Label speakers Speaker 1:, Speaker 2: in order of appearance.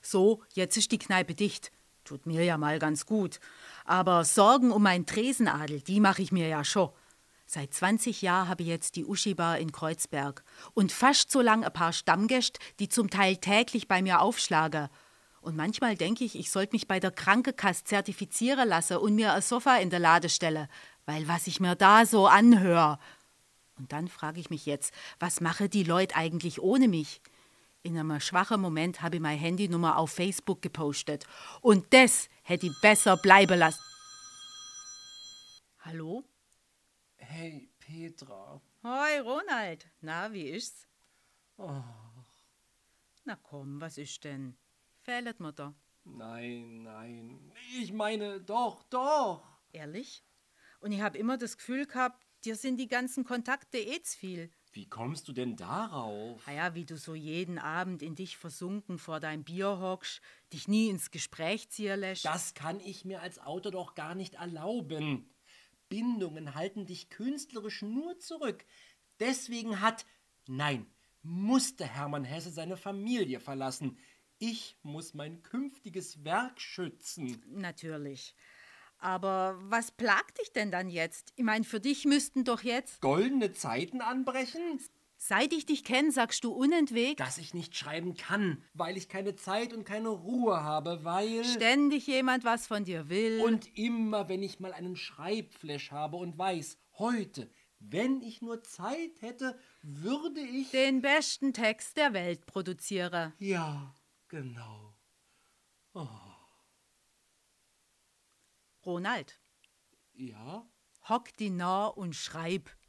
Speaker 1: So, jetzt ist die Kneipe dicht. Tut mir ja mal ganz gut. Aber Sorgen um meinen Tresenadel, die mache ich mir ja schon. Seit 20 Jahren habe ich jetzt die Uschi-Bar in Kreuzberg und fast so lang ein paar Stammgäste, die zum Teil täglich bei mir aufschlagen. Und manchmal denke ich, ich sollte mich bei der Krankenkasse zertifizieren lassen und mir ein Sofa in der Lade stelle, weil was ich mir da so anhöre. Und dann frage ich mich jetzt, was mache die Leute eigentlich ohne mich? In einem schwachen Moment habe ich meine Handynummer auf Facebook gepostet. Und das hätte ich besser bleiben lassen. Hallo?
Speaker 2: Hey, Petra.
Speaker 1: Hoi, Ronald. Na, wie ist's?
Speaker 2: Oh,
Speaker 1: Na komm, was ist denn? Fehlt mir da.
Speaker 2: nein, nein. Ich meine, doch, doch.
Speaker 1: Ehrlich? Und ich habe immer das Gefühl gehabt, dir sind die ganzen Kontakte eh zu viel.
Speaker 2: Wie kommst du denn darauf?
Speaker 1: Ah ja, wie du so jeden Abend in dich versunken vor deinem Bier hockst, dich nie ins Gespräch ziehen lässt.
Speaker 2: Das kann ich mir als Autor doch gar nicht erlauben. Bindungen halten dich künstlerisch nur zurück. Deswegen hat, nein, musste Hermann Hesse seine Familie verlassen. Ich muss mein künftiges Werk schützen.
Speaker 1: Natürlich. Aber was plagt dich denn dann jetzt? Ich meine, für dich müssten doch jetzt,
Speaker 2: Goldene Zeiten anbrechen?
Speaker 1: seit ich dich kenne, sagst du unentwegt,
Speaker 2: Dass ich nicht schreiben kann, weil ich keine Zeit und keine Ruhe habe, weil...
Speaker 1: ständig jemand was von dir will.
Speaker 2: Und immer, wenn ich mal einen Schreibflash habe und weiß, heute, wenn ich nur Zeit hätte, würde ich.
Speaker 1: den besten Text der Welt produziere.
Speaker 2: Ja, genau.
Speaker 1: Ronald,
Speaker 2: Ja?
Speaker 1: hock die nah und schreib.